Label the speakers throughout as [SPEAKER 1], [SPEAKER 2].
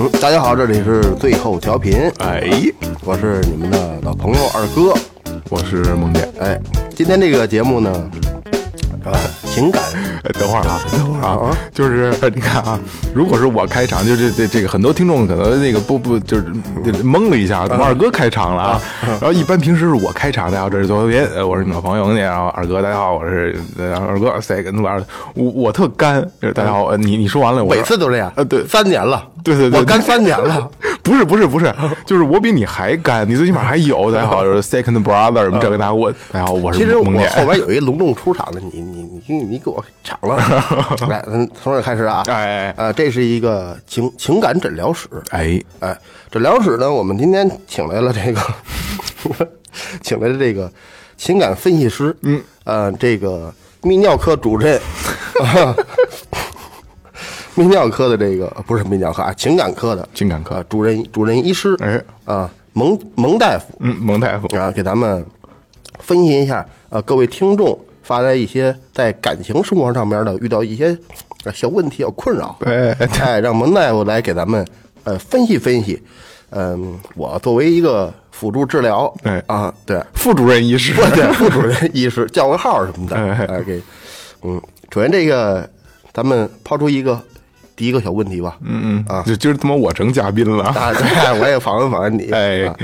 [SPEAKER 1] 嗯，大家好，这里是最后调频，
[SPEAKER 2] 哎，
[SPEAKER 1] 我是你们的老朋友二哥。
[SPEAKER 2] 我是梦见。
[SPEAKER 1] 哎，今天这个节目呢，啊，情感
[SPEAKER 2] 哎等会儿啊，等会儿啊，就是 你看啊，如果是我开场，就这这这个很多听众可能那个不不就是就是懵了一下，怎
[SPEAKER 1] 嗯
[SPEAKER 2] 么二哥开场了啊？然后一般平时是我开场，大家好，这是左边，呃我是你们朋友梦见，然后二哥大家好，我是呃二哥塞跟玩，我我特干，就是大家好，呃你你说完了，我
[SPEAKER 1] 每次都这样
[SPEAKER 2] 呃对
[SPEAKER 1] 三年了，
[SPEAKER 2] 对对对
[SPEAKER 1] 我干三年了，
[SPEAKER 2] 不是不是不是，就是我比你还干，你最起码还有，大家好，就是 second brother 什么这个那我，大家好，我
[SPEAKER 1] 其
[SPEAKER 2] 是
[SPEAKER 1] 实我
[SPEAKER 2] 梦见，
[SPEAKER 1] 后边有一隆重出场的，你你你你你给我抢 了。来，咱从这儿开始啊。
[SPEAKER 2] 哎哎
[SPEAKER 1] 呃，这是一个情情感诊疗室。
[SPEAKER 2] 哎，
[SPEAKER 1] 哎，诊疗室呢，我们今天请来了这个， 请来了这个情感分析师，嗯，呃，这个泌尿科主任， 啊泌尿科的这个不是泌尿科啊，情感科的
[SPEAKER 2] 情感科
[SPEAKER 1] 啊主任主任医师，
[SPEAKER 2] 哎
[SPEAKER 1] 啊，蒙蒙大夫，
[SPEAKER 2] 嗯，蒙大夫，
[SPEAKER 1] 啊，给咱们分析一下，呃，各位听众发来一些在感情生活上面的遇到一些呃小问题、小困扰，
[SPEAKER 2] 哎哎
[SPEAKER 1] 哎，让蒙大夫来给咱们呃分析分析。嗯，我作为一个辅助治疗，
[SPEAKER 2] 哎
[SPEAKER 1] 啊，对，
[SPEAKER 2] 副主任医师，
[SPEAKER 1] 我 对副主任医师叫个号什么的，
[SPEAKER 2] 哎
[SPEAKER 1] 哎，给，嗯，首先这个咱们抛出一个第一个小问题吧，
[SPEAKER 2] 嗯嗯
[SPEAKER 1] 啊
[SPEAKER 2] 就今儿他妈我成嘉宾了。
[SPEAKER 1] 啊，对，我也访问访问你。
[SPEAKER 2] 哎
[SPEAKER 1] 啊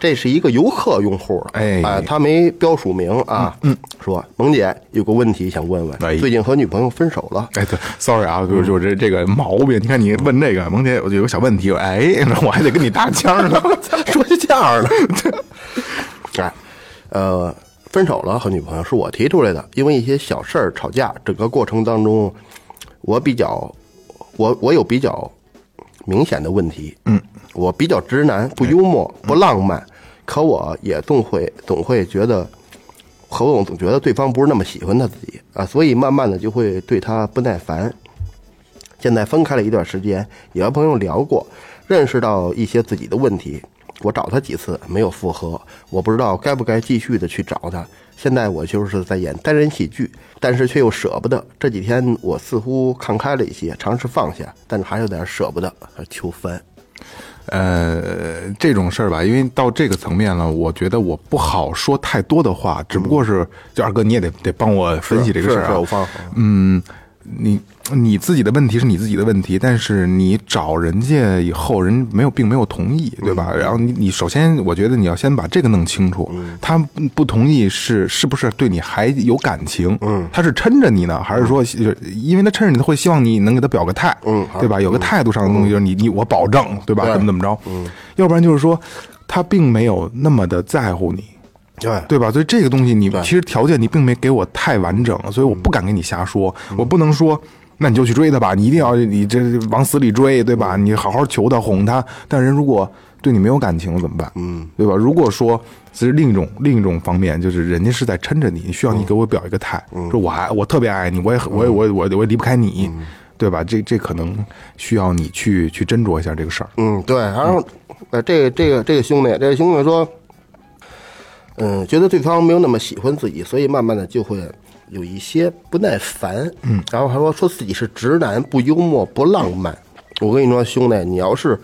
[SPEAKER 1] 这是一个游客用户，
[SPEAKER 2] 哎
[SPEAKER 1] 啊他没标署名啊。嗯，说萌姐有个问题想问问，
[SPEAKER 2] 哎
[SPEAKER 1] 最近和女朋友分手了，
[SPEAKER 2] 哎，对，sorry 啊，就是就是
[SPEAKER 1] 嗯
[SPEAKER 2] 这这个毛病。你看你问这个，萌姐，我就有个小问题，哎， 我还得跟你搭腔 呢。
[SPEAKER 1] 说这样的， 哎，呃，分手了和女朋友是我提出来的，因为一些小事儿吵架，整个过程当中，我比较，我我有比较明显的问题，嗯，哎我比较直男，不幽默，不浪漫，可我也总会总会觉得。何总总觉得对方不是那么喜欢他自己啊，所以慢慢的就会对他不耐烦。现在分开了一段时间，也和朋友聊过，认识到一些自己的问题。我找他几次没有复合，我不知道该不该继续的去找他。现在我就是在演单人喜剧，但是却又舍不得。这几天我似乎看开了一些，尝试放下，但是还有点舍不得。秋帆，
[SPEAKER 2] 呃，这种事儿吧，因为到这个层面了，我觉得我不好说太多的话，只不过是，就二哥你也得得帮我分析这个事儿
[SPEAKER 1] 是是
[SPEAKER 2] 啊
[SPEAKER 1] 我。放
[SPEAKER 2] 嗯，你你自己的问题是你自己的问题，但是你找人家以后，人没有并没有同意，对吧？然后你你首先，我觉得你要先把这个弄清楚，他不同意是是不是对你还有感情？嗯，他是抻着你呢，还是说就是因为他抻着你，他会希望你能给他表个态，嗯，对吧？有个态度上的东西，就是你你我保证，对吧？
[SPEAKER 1] 对
[SPEAKER 2] 怎么怎么着？嗯，要不然就是说他并没有那么的在乎你。
[SPEAKER 1] 对
[SPEAKER 2] 对吧？所以这个东西你其实条件你并没给我太完整，所以我不敢跟你瞎说，我不能说。那你就去追他吧，你一定要你这往死里追，对吧？你好好求他，哄他。但人如果对你没有感情了怎么办？嗯，对吧？如果说其实另一种另一种方面，就是人家是在抻着你，你需要你给我表一个态，说我还我特别爱你，我也很我也我也我也我也离不开你，对吧？这这可能需要你去去斟酌一下这个事儿。
[SPEAKER 1] 嗯，对。然后，呃，这个这个这个兄弟，这个兄弟说，嗯，觉得对方没有那么喜欢自己，所以慢慢的就会有一些不耐烦。嗯，然后还说说自己是直男，不幽默，不浪漫。我跟你说，兄弟，你要是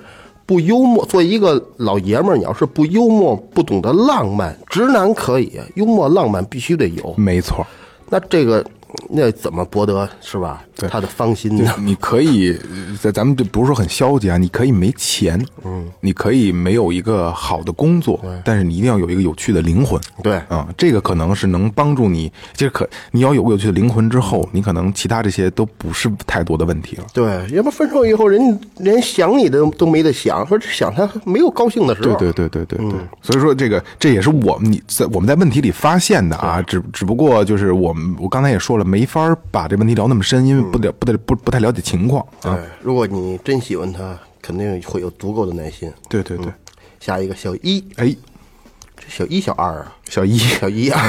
[SPEAKER 1] 不幽默，作为一个老爷们儿，你要是不幽默，不懂得浪漫，直男可以，幽默浪漫必须得有。
[SPEAKER 2] 没错，
[SPEAKER 1] 那这个那怎么博得是吧？他的芳心呢？
[SPEAKER 2] 你可以，呃在咱们就不是说很消极啊，你可以没钱，嗯，你可以没有一个好的工作，但是你一定要有一个有趣的灵魂，
[SPEAKER 1] 对
[SPEAKER 2] 啊、这个可能是能帮助你，就是可你要有个有趣的灵魂之后，你可能其他这些都不是太多的问题了。
[SPEAKER 1] 对，要不分手以后，人连想你都都没得想，说想他没有高兴的时候。
[SPEAKER 2] 对对对对对对，所以说这个这也是我们你在我们在问题里发现的啊，只只不过就是我们我刚才也说了，没法儿把这问题聊那么深，因为不了不太不不太了解情况啊。
[SPEAKER 1] 哎如果你真喜欢他，肯定会有足够的耐心。
[SPEAKER 2] 啊对嗯对对，
[SPEAKER 1] 下一个小一，
[SPEAKER 2] 哎，
[SPEAKER 1] 这小一小二啊，
[SPEAKER 2] 小一，
[SPEAKER 1] 小一啊，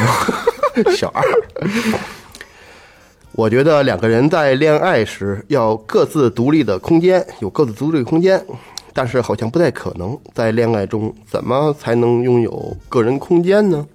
[SPEAKER 1] 小二。 我觉得两个人在恋爱时要各自独立的空间，有各自独立的空间，但是好像不太可能。在恋爱中，怎么才能拥有个人空间呢？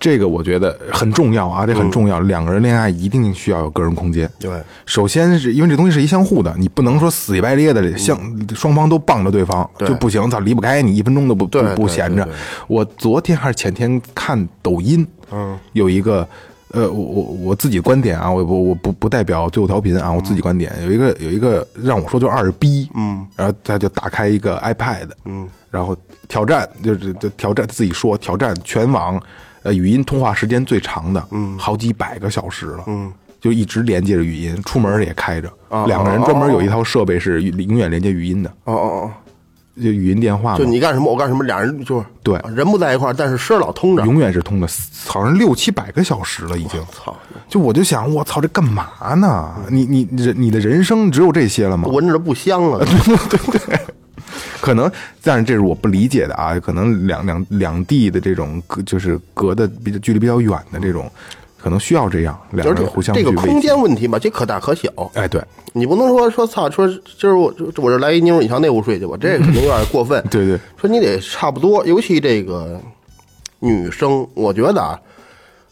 [SPEAKER 2] 这个我觉得很重要啊，这很重要。两个人恋爱一定需要有个人空间。
[SPEAKER 1] 嗯对，
[SPEAKER 2] 首先是因为这东西是一相互的，你不能说死乞白咧的相双方都傍着对方
[SPEAKER 1] 对
[SPEAKER 2] 就不行，操离不开，你一分钟都不不
[SPEAKER 1] 对对
[SPEAKER 2] 不闲着
[SPEAKER 1] 对对。
[SPEAKER 2] 我昨天还是前天看抖音，嗯，有一个。呃，我我我自己观点啊，我我我不不代表最后调频啊，我自己观点有一个有一个让我说就二逼，嗯，然后他就打开一个 iPad，嗯，然后挑战就是就挑战自己说挑战全网呃语音通话时间最长的，嗯，好几百个小时了，嗯，啊就一直连接着语音，出门也开着，两个人专门有一套设备是永远连接语音的，
[SPEAKER 1] 哦哦
[SPEAKER 2] 就语音电话
[SPEAKER 1] 哦，
[SPEAKER 2] 嘛，
[SPEAKER 1] 就你干什么，我干什么，俩人就是
[SPEAKER 2] 啊
[SPEAKER 1] 啊
[SPEAKER 2] 对
[SPEAKER 1] 人不在一块儿，但是声儿老通着。
[SPEAKER 2] 永远是通的，好像六七百个小时了已经。
[SPEAKER 1] 操，
[SPEAKER 2] 就我就想，我操，这干嘛呢？你你人你的人生只有这些了吗？
[SPEAKER 1] 闻着都不香啊 了。
[SPEAKER 2] 可能，但是这是我不理解的啊。可能两两两地的这种隔，就是隔的比较距离比较远的这种，可能需要这样两
[SPEAKER 1] 而
[SPEAKER 2] 个
[SPEAKER 1] 且
[SPEAKER 2] 人互相
[SPEAKER 1] 这个
[SPEAKER 2] 去慰藉
[SPEAKER 1] 空间问题吧，这可大可小。
[SPEAKER 2] 哎，对
[SPEAKER 1] 你不能说说操，说今儿我就我这来一妞儿，你上那屋 睡去吧，这个肯定有点过分。
[SPEAKER 2] 对对，
[SPEAKER 1] 说你得差不多，尤其这个女生，我觉得啊，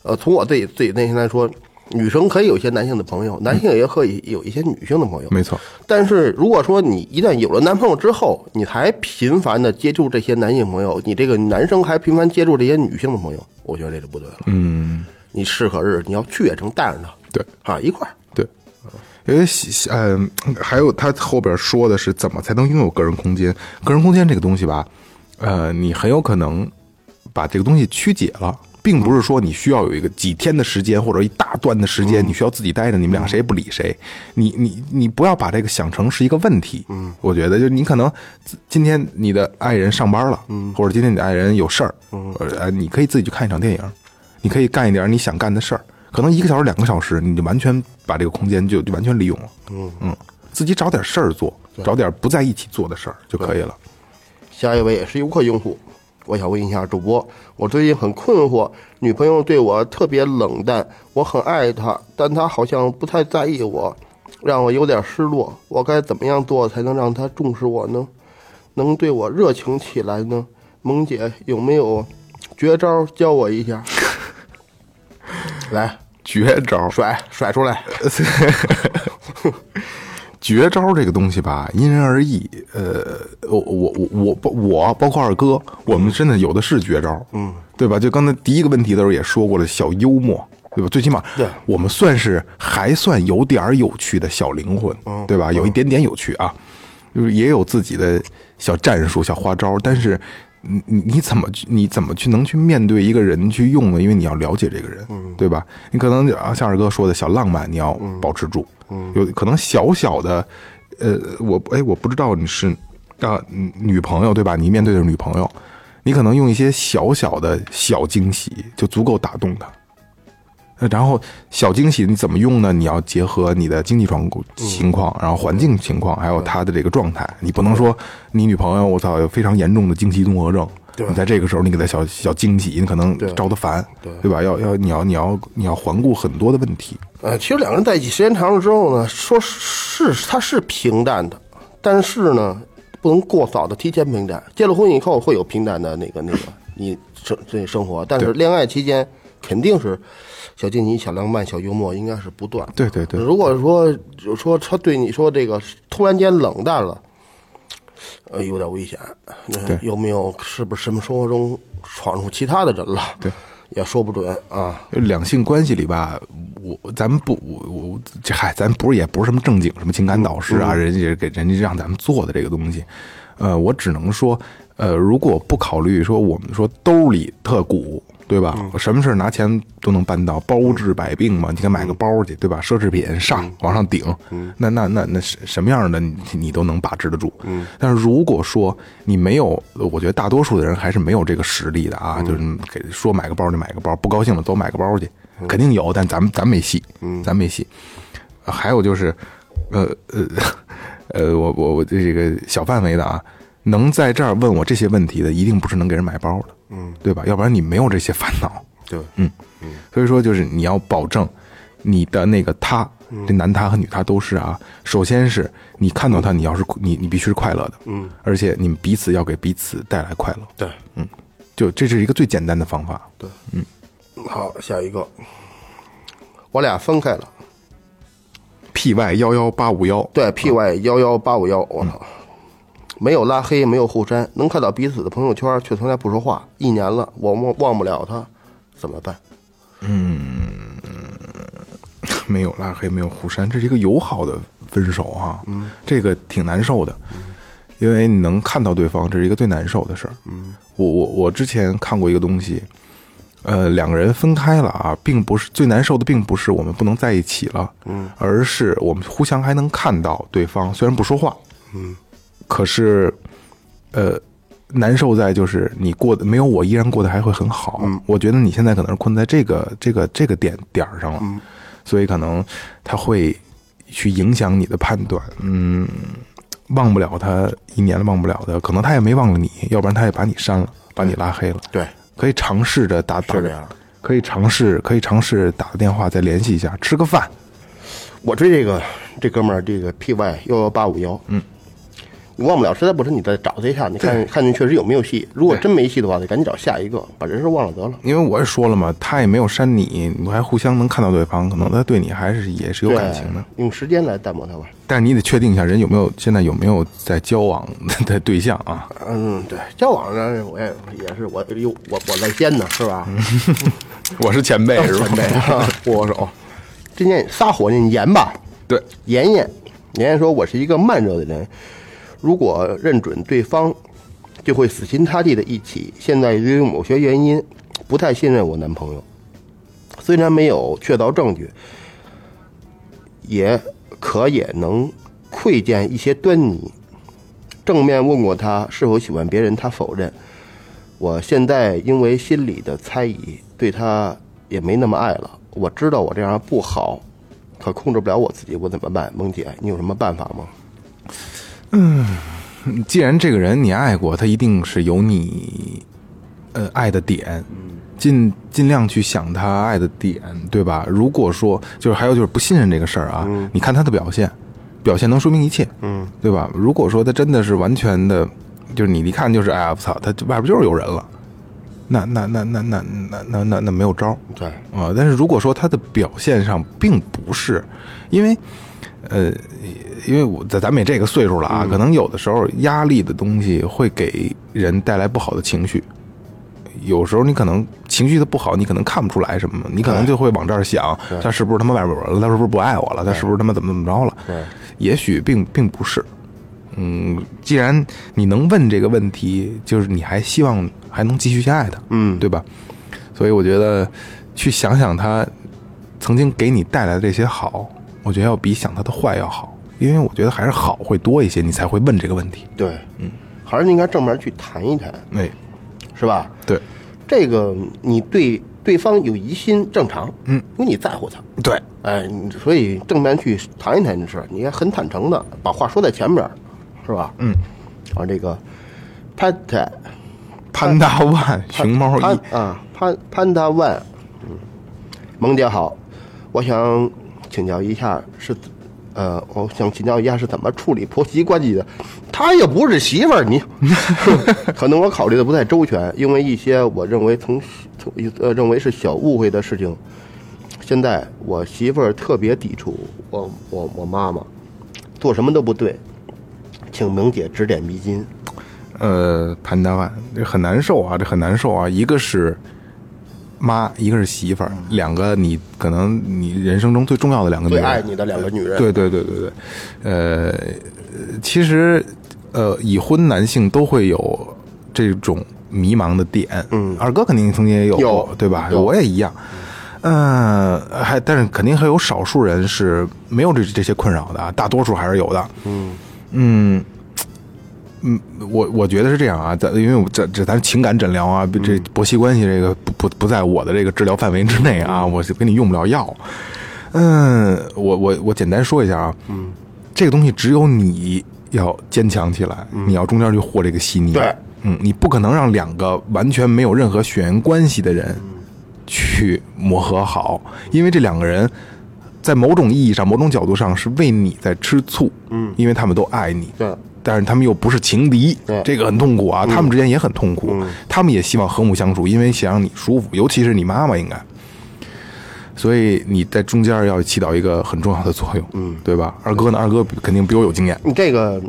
[SPEAKER 1] 呃，从我自己自己内心来说，女生可以有一些男性的朋友，男性也可以有一些女性的朋友。
[SPEAKER 2] 没错，
[SPEAKER 1] 但是如果说你一旦有了男朋友之后，你还频繁的接触这些男性朋友，你这个男生还频繁接触这些女性的朋友，我觉得这就不对了。
[SPEAKER 2] 嗯，
[SPEAKER 1] 你适可日，你要去也成，带上他
[SPEAKER 2] 对
[SPEAKER 1] 啊一块儿。
[SPEAKER 2] 对。因为喜嗯，还有他后边说的是怎么才能拥有个人空间？个人空间这个东西吧，呃，你很有可能把这个东西曲解了，并不是说你需要有一个几天的时间或者一大段的时间，你需要自己待着，你们俩谁也不理谁。你你你不要把这个想成是一个问题。嗯，我觉得就是你可能自今天你的爱人上班了，嗯，或者今天你的爱人有事儿，嗯，呃，你可以自己去看一场电影，你可以干一点你想干的事儿，可能一个小时两个小时，你就完全把这个空间就就完全利用了。嗯嗯，自己找点事儿做，找点不在一起做的事儿就可以了。
[SPEAKER 1] 下一位也是游客用户，我想问一下主播，我最近很困惑，女朋友对我特别冷淡，我很爱她，但她好像不太在意我，让我有点失落。我该怎么样做才能让她重视我呢？能对我热情起来呢？萌姐有没有绝招教我一下？来
[SPEAKER 2] 绝招，
[SPEAKER 1] 甩甩出来，
[SPEAKER 2] 绝招这个东西吧，因人而异。呃，我我我我包我包括二哥，我们真的有的是绝招，嗯，对吧？就刚才第一个问题的时候也说过了，小幽默，对吧？最起码，
[SPEAKER 1] 对
[SPEAKER 2] 我们算是还算有点儿有趣的小灵魂，对吧？有一点点有趣啊，就是也有自己的小战术、小花招，但是。你你你怎么去你怎么去能去面对一个人去用呢？因为你要了解这个人，对吧？你可能就啊，像二哥说的小浪漫，你要保持住，有可能小小的，呃，我哎，我不知道你是啊、嗯女朋友对吧？你面对的是女朋友，你可能用一些小小的小惊喜就足够打动她。呃然后小惊喜你怎么用呢？你要结合你的经济状况情况，然后环境情况，还有她的这个状态。你不能说你女朋友我操有非常严重的经期综合症，你在这个时候你给她小小惊喜，你可能招她烦，对吧？要要你要你要你要环顾很多的问题，
[SPEAKER 1] 呃，其实两个人在一起时间长了之后呢，说是他是平淡的，但是呢，不能过早的提前平淡。结了婚以后会有平淡的那个那个你生这生活，但是恋爱期间肯定是小惊喜、小浪漫、小幽默，应该是不断。
[SPEAKER 2] 对对对
[SPEAKER 1] 如果说就说他对你说这个突然间冷淡了，呃，有点危险。
[SPEAKER 2] 对
[SPEAKER 1] 那有没有是不是什么生活中闯入其他的人了？
[SPEAKER 2] 对。
[SPEAKER 1] 也说不准啊，
[SPEAKER 2] 两性关系里吧，我咱们不，我我这嗨，咱不是也不是什么正经什么情感导师啊，人家给人家让咱们做的这个东西，呃，我只能说，呃，如果不考虑说我们说兜里特鼓，对吧？我什么事儿拿钱都能办到，包治百病嘛，你给买个包去，对吧？奢侈品上往上顶，那那那那什什么样的你你都能把持得住，嗯。但是如果说你没有，我觉得大多数的人还是没有这个实力的啊，就是给说买个包就买个包，不高兴了走买个包去，肯定有，但咱们咱没戏，咱没戏。呃还有就是，呃呃呃，我我我这个小范围的啊，能在这儿问我这些问题的，一定不是能给人买包的，嗯，对吧？要不然你没有这些烦恼，
[SPEAKER 1] 对，
[SPEAKER 2] 所以说就是你要保证你的那个他，这男他和女他都是啊。首先是你看到他，你要是你你必须是快乐的，嗯，而且你们彼此要给彼此带来快乐，
[SPEAKER 1] 对，
[SPEAKER 2] 就这是一个最简单的方法。对，
[SPEAKER 1] 好，下一个，我俩分开了。
[SPEAKER 2] P Y 幺幺八五幺，
[SPEAKER 1] 对，PY 幺幺八五幺，我操，没有拉黑，没有互删，能看到彼此的朋友圈，却从来不说话。一年了，我忘忘不了他，怎么办？
[SPEAKER 2] 没有拉黑，没有互删，这是一个友好的分手啊。嗯，这个挺难受的，因为你能看到对方，这是一个最难受的事儿。嗯，我我我之前看过一个东西，呃，两个人分开了啊，并不是最难受的，并不是我们不能在一起了，嗯，而是我们互相还能看到对方，虽然不说话，嗯，可是，呃。难受在就是你过得没有我依然过得还会很好，我觉得你现在可能是困在这个这个这个点点儿上了，所以可能他会去影响你的判断。嗯，忘不了他一年了，忘不了他，可能他也没忘了你，要不然他也把你删了，把你拉黑了。
[SPEAKER 1] 对，
[SPEAKER 2] 可以尝试着打打
[SPEAKER 1] 是这样，
[SPEAKER 2] 可以尝试可以尝试打个电话再联系一下，吃个饭。
[SPEAKER 1] 我追这个这哥们儿，这个 PY 幺幺八五幺，嗯，你忘不了，实在不成你再找他一下，你看看你确实有没有戏。如果真没戏的话，就赶紧找下一个，把人事忘了得了。
[SPEAKER 2] 因为我也说了嘛，他也没有删你，你们还互相能看到对方，可能他对你还是也是有
[SPEAKER 1] 对
[SPEAKER 2] 感情的。，
[SPEAKER 1] 用时间来淡漠他吧。
[SPEAKER 2] 但是你得确定一下人有没有现在有没有在交往的对象啊？
[SPEAKER 1] 嗯，对，交往呢，我也也是我有我我在先呢，是
[SPEAKER 2] 嗯
[SPEAKER 1] 吧？
[SPEAKER 2] 我 是前辈是吧？
[SPEAKER 1] 前辈啊
[SPEAKER 2] 握手。
[SPEAKER 1] 今天撒火那盐吧，
[SPEAKER 2] 对，
[SPEAKER 1] 妍妍，妍妍说：“我是一个慢热的人，如果认准对方，就会死心塌地的一起。现在由于某些原因，不太信任我男朋友，虽然没有确凿证据，也可也能窥见一些端倪。正面问过他是否喜欢别人，他否认。我现在因为心里的猜疑，对他也没那么爱了。我知道我这样不好，可控制不了我自己，我怎么办？萌姐，你有什么办法吗？
[SPEAKER 2] 既然这个人你爱过，他一定是有你呃爱的点，尽尽量去想他爱的点，对吧？如果说就是还有就是不信任这个事儿啊，你看他的表现，表现能说明一切，嗯，对吧？如果说他真的是完全的，就是你一看就是哎呀，我操，他外边就是有人了，那那那那那那那那那没有招儿，
[SPEAKER 1] 对，
[SPEAKER 2] 啊，但是如果说他的表现上并不是，因为，呃，因为我咱咱们也这个岁数了啊，可能有的时候压力的东西会给人带来不好的情绪，有时候你可能情绪的不好，你可能看不出来什么，你可能就会往这儿想，他是不是他妈外边有人了？他是不是不爱我了？他是不是他妈怎么怎么着了？
[SPEAKER 1] 对，
[SPEAKER 2] 也许并并不是。嗯，既然你能问这个问题，就是你还希望还能继续去爱他，嗯，对吧？所以我觉得去想想他曾经给你带来的这些好，我觉得要比想他的坏要好，因为我觉得还是好会多一些，你才会问这个问题。
[SPEAKER 1] 对，嗯，还是应该正面去谈一谈，
[SPEAKER 2] 哎，
[SPEAKER 1] 是吧？
[SPEAKER 2] 对，
[SPEAKER 1] 这个你对对方有疑心正常，嗯，因为你在乎他，
[SPEAKER 2] 对，
[SPEAKER 1] 哎，你所以正面去谈一谈这事儿，你也很坦诚的把话说在前面，是吧？嗯，啊，这个他他
[SPEAKER 2] 潘大万、熊猫
[SPEAKER 1] 潘
[SPEAKER 2] 一，
[SPEAKER 1] 啊，潘潘达万，嗯，萌姐好，我想请教一下是，呃，我想请教一下是怎么处理婆媳关系的？她又不是媳妇儿， 你可能我考虑的不太周全，因为一些我认为从从呃认为是小误会的事情，现在我媳妇儿特别抵触我我我妈妈，做什么都不对，请萌姐指点迷津。
[SPEAKER 2] 呃，潘大万，这很难受啊，这很难受啊。一个是妈，一个是媳妇儿，
[SPEAKER 1] 嗯
[SPEAKER 2] 两个你可能你人生中最重要的两个女
[SPEAKER 1] 最
[SPEAKER 2] 人，
[SPEAKER 1] 爱你的两个女人，
[SPEAKER 2] 对对对对对，呃，其实呃，已婚男性都会有这种迷茫的点。嗯，二哥肯定曾经也有
[SPEAKER 1] 有
[SPEAKER 2] 过，对吧？
[SPEAKER 1] 有
[SPEAKER 2] 我也一样。嗯，还但是肯定还有少数人是没有这这些困扰的啊，大多数还是有的。嗯嗯。嗯，我我觉得是这样啊，咱因为我这这咱情感诊疗啊，这婆媳关系这个不不不在我的这个治疗范围之内啊，我是给你用不了药。嗯，我我我简单说一下啊，嗯，这个东西只有你要坚强起来，你要中间去和这个稀泥，
[SPEAKER 1] 对，
[SPEAKER 2] 嗯，你不可能让两个完全没有任何血缘关系的人去磨合好，因为这两个人在某种意义上、某种角度上是为你在吃醋，
[SPEAKER 1] 嗯，
[SPEAKER 2] 因为他们都爱你，
[SPEAKER 1] 对
[SPEAKER 2] 但是他们又不是情敌
[SPEAKER 1] 对，嗯
[SPEAKER 2] 这个很痛苦啊，他们之间也很痛苦，他们也希望和睦相处，因为想让你舒服，尤其是你妈妈应该。所以你在中间要起到一个很重要的作用，嗯，对吧？二哥呢？二哥肯定比我有经验，
[SPEAKER 1] 你这个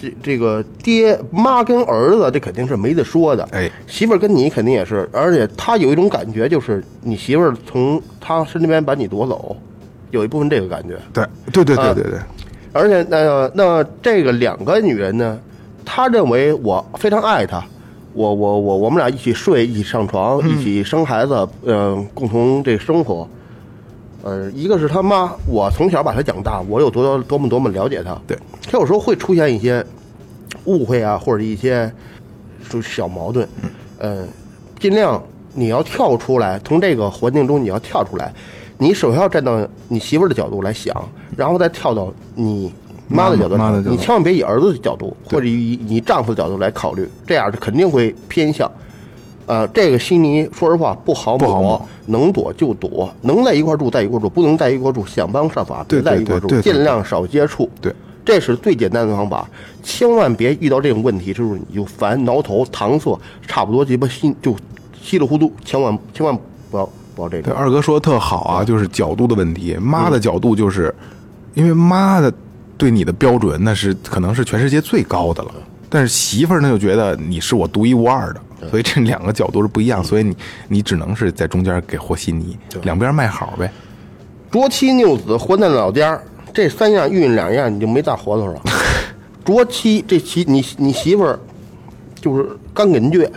[SPEAKER 1] 这这个爹妈跟儿子，这肯定是没得说的。
[SPEAKER 2] 哎
[SPEAKER 1] 媳妇儿跟你肯定也是，而且他有一种感觉，就是你媳妇儿从他身边把你夺走，有一部分这个感觉。
[SPEAKER 2] 对，对对
[SPEAKER 1] 呃
[SPEAKER 2] 对对对，
[SPEAKER 1] 而且那个那这个两个女人呢，她认为我非常爱她，我我我我们俩一起睡，一起上床，一起生孩子，嗯、共同这生活。呃，一个是他妈，我从小把她养大，我有多多么多么了解她。
[SPEAKER 2] 对，
[SPEAKER 1] 她有时候会出现一些误会啊，或者一些就小矛盾，
[SPEAKER 2] 嗯
[SPEAKER 1] 呃，尽量你要跳出来，从这个环境中你要跳出来，你首先要站到你媳妇儿的角度来想，然后再跳到你妈的角度来
[SPEAKER 2] 嗯妈妈
[SPEAKER 1] 想，
[SPEAKER 2] 的角
[SPEAKER 1] 你
[SPEAKER 2] 度
[SPEAKER 1] 千万别以儿子的角度或者以你丈夫的角度来考虑，这样肯定会偏向。呃，这个悉尼说实话不好
[SPEAKER 2] 不好
[SPEAKER 1] 抹
[SPEAKER 2] 抹，
[SPEAKER 1] 能躲就躲，能在一块儿住在一块儿住，不能在一块儿住想方设法别
[SPEAKER 2] 对
[SPEAKER 1] 在
[SPEAKER 2] 对
[SPEAKER 1] 一块儿住
[SPEAKER 2] 对，对对
[SPEAKER 1] 尽量少接触。
[SPEAKER 2] 对
[SPEAKER 1] 这是最简单的方法，千万别遇到这种问题，就是你就烦、挠头、搪塞，差不多鸡巴心就稀里糊涂，千万千万不要不要这
[SPEAKER 2] 对，
[SPEAKER 1] 种。
[SPEAKER 2] 二哥说的特好啊，就是角度的问题。妈的角度就是，因为妈的对你的标准那是可能是全世界最高的了，但是媳妇儿呢就觉得你是我独一无二的，所以这 两个角度是不一样，所以你你只能是在中间给和稀泥，两边卖好呗。
[SPEAKER 1] 浊妻拗子，还在老家儿，这三样遇两样，你就没大活头了。浊妻这媳你你媳妇儿就是干梗倔，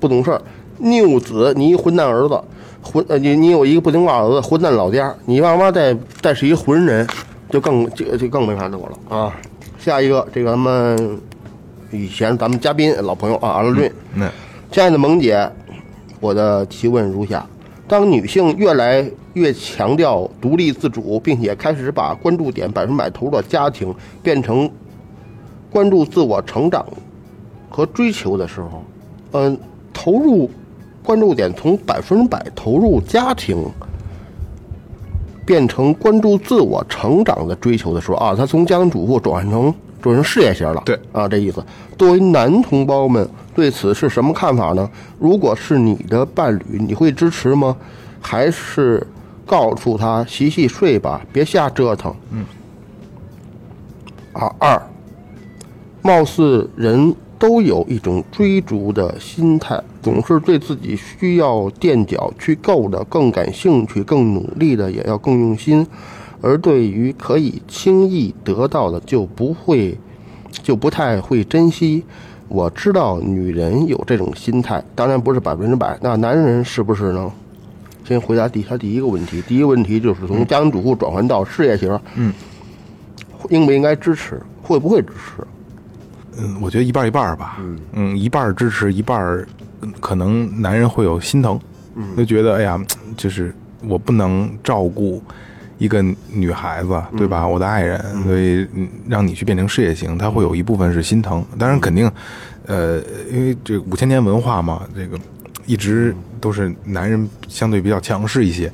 [SPEAKER 1] 不懂事儿；拗子你一混蛋儿子，混呃你你有一个不听话儿子，混蛋老家，你爸妈再再是一浑人，就更就就更没法弄了啊！下一个这个咱们以前咱们嘉宾老朋友啊，阿乐俊，
[SPEAKER 2] 那
[SPEAKER 1] 亲爱的萌姐，我的提问如下：当女性越来越强调独立自主，并且开始把关注点百分百投入到家庭，变成关注自我成长和追求的时候，嗯、投入关注点从百分百投入家庭，变成关注自我成长的追求的时候啊，他从家庭主妇转换成转成事业型了。
[SPEAKER 2] 对
[SPEAKER 1] 啊，这意思。作为男同胞们对此是什么看法呢？如果是你的伴侣，你会支持吗？还是告诉他洗洗睡吧，别瞎折腾？嗯。啊，二，貌似人都有一种追逐的心态，总是对自己需要垫脚去够的更感兴趣、更努力的也要更用心，而对于可以轻易得到的就不会，就不太会珍惜。我知道女人有这种心态，当然不是百分之百。那男人是不是呢？先回答第他第一个问题，第一个问题就是从家庭主妇转换到事业型，嗯，应不应该支持？会不会支持？
[SPEAKER 2] 嗯，我觉得一半儿一半儿吧，嗯，一半儿支持，一半儿嗯可能男人会有心疼，就觉得哎呀，就是我不能照顾一个女孩子，对吧？我的爱人，所以嗯让你去变成事业型，他会有一部分是心疼，当然肯定，呃，因为这五千年文化嘛，这个一直都是男人相对比较强势一些，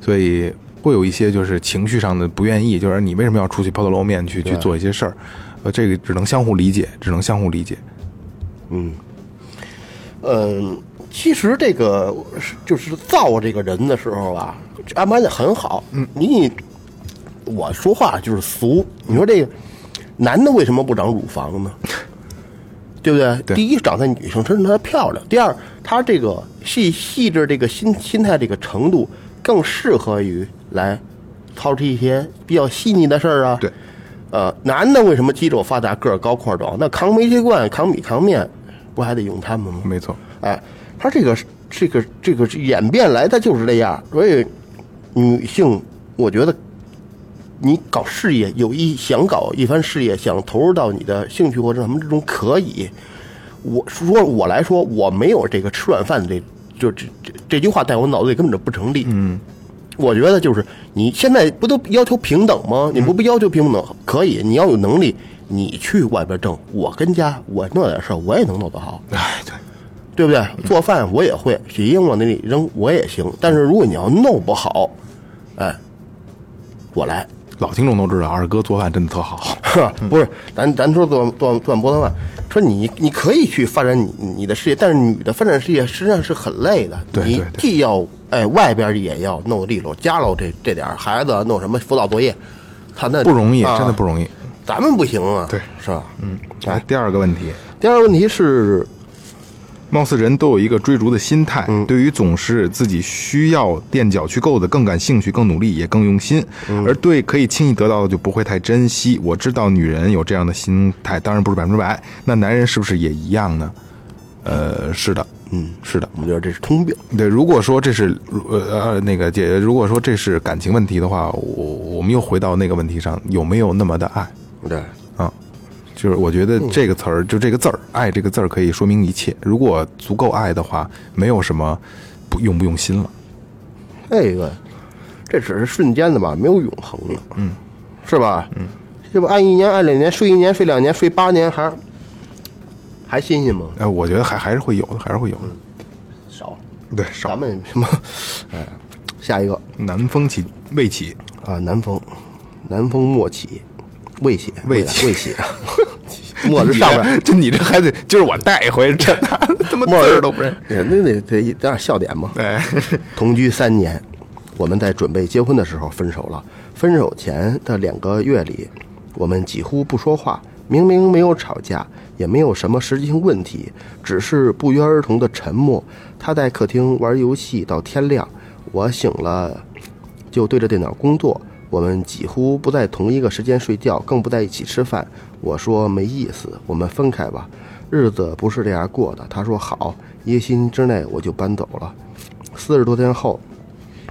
[SPEAKER 2] 所以会有一些就是情绪上的不愿意，就是你为什么要出去抛头露面去去做一些事儿？呃，这个只能相互理解，只能相互理解。
[SPEAKER 1] 嗯，其实这个是就是造这个人的时候啊，安排的很好。嗯，你我说话就是俗，你说这个男的为什么不长乳房呢？对不对？
[SPEAKER 2] 对
[SPEAKER 1] 第一长在女生身上她漂亮，第二她这个细细致这个心心态这个程度更适合于来操持一些比较细腻的事儿啊。
[SPEAKER 2] 对，
[SPEAKER 1] 呃，男的为什么肌肉发达、个儿高、块儿壮？那扛煤气罐、扛米、扛面，不还得用他们吗？
[SPEAKER 2] 没错，
[SPEAKER 1] 哎，他这个这个这个演变来，他就是这样。所以，女性，我觉得你搞事业有一想搞一番事业，想投入到你的兴趣或者什么之中，可以。我说我来说，我没有这个吃软饭的这就这这这句话在我脑子里根本就不成立。嗯。我觉得就是你现在不都要求平等吗？你不不要求平等，可以，你要有能力，你去外边挣，我跟家我弄点事儿，我也能弄得好。
[SPEAKER 2] 哎，对，
[SPEAKER 1] 对不对？做饭我也会，洗衣服往那里扔我也行。但是如果你要弄不好，哎，我 来。
[SPEAKER 2] 老听众都知道，二哥做饭真的特好。
[SPEAKER 1] 不是，咱咱说做做做波特饭，说你你可以去发展你你的事业，但是女的发展事业实际上是很累的。
[SPEAKER 2] 对对
[SPEAKER 1] 你
[SPEAKER 2] 对
[SPEAKER 1] 既要哎外边也要弄利落，家喽这这点儿孩子弄什么辅导作业，他那
[SPEAKER 2] 不容易，
[SPEAKER 1] 啊
[SPEAKER 2] 真的不容易。
[SPEAKER 1] 咱们不行啊，
[SPEAKER 2] 对
[SPEAKER 1] 是吧？嗯。
[SPEAKER 2] 来，第二个问题，
[SPEAKER 1] 第二个问题是，
[SPEAKER 2] 貌似人都有一个追逐的心态，对于总是自己需要垫脚去够的更感兴趣、更努力，也更用心；而对可以轻易得到的就不会太珍惜。我知道女人有这样的心态，当然不是百分之百。那男人是不是也一样呢？呃，是的，嗯，是的。
[SPEAKER 1] 我们觉得这是通病。
[SPEAKER 2] 对，如果说这是呃呃那个姐，如果说这是感情问题的话，我我们又回到那个问题上，有没有那么的爱？
[SPEAKER 1] 对，
[SPEAKER 2] 啊，就是我觉得
[SPEAKER 1] 嗯
[SPEAKER 2] 这个词儿，就这个字儿“爱”这个字儿可以说明一切。如果足够爱的话，没有什么不用不用心了。
[SPEAKER 1] 这个这只是瞬间的吧，没有永恒的，嗯，是吧？嗯，这不按一年、按两年，睡一年、睡两年、睡八年，还还新鲜吗？
[SPEAKER 2] 哎，我觉得还还是会有的，还是会有的。
[SPEAKER 1] 嗯少，
[SPEAKER 2] 对，
[SPEAKER 1] 咱
[SPEAKER 2] 少
[SPEAKER 1] 们什么？哎，下一个
[SPEAKER 2] 南风起未起，
[SPEAKER 1] 啊，南风，南风莫起，未起，
[SPEAKER 2] 未
[SPEAKER 1] 起，
[SPEAKER 2] 起
[SPEAKER 1] 未起， 墨是
[SPEAKER 2] 你
[SPEAKER 1] 上边
[SPEAKER 2] 这 就你这还得，今儿我带一回， 这他妈字
[SPEAKER 1] 墨
[SPEAKER 2] 儿
[SPEAKER 1] 儿
[SPEAKER 2] 都不认。
[SPEAKER 1] 人家得得得点笑点嘛。
[SPEAKER 2] 哎，
[SPEAKER 1] 同居三年，我们在准备结婚的时候分手了。分手前的两个月里，我们几乎不说话，明明没有吵架，也没有什么实际性问题，只是不约而同的沉默。他在客厅玩游戏到天亮，我醒了就对着电脑工作。我们几乎不在同一个时间睡觉，更不在一起吃饭。我说没意思，我们分开吧，日子不是这样过的。他说好，一个星期之内我就搬走了。四十多天后，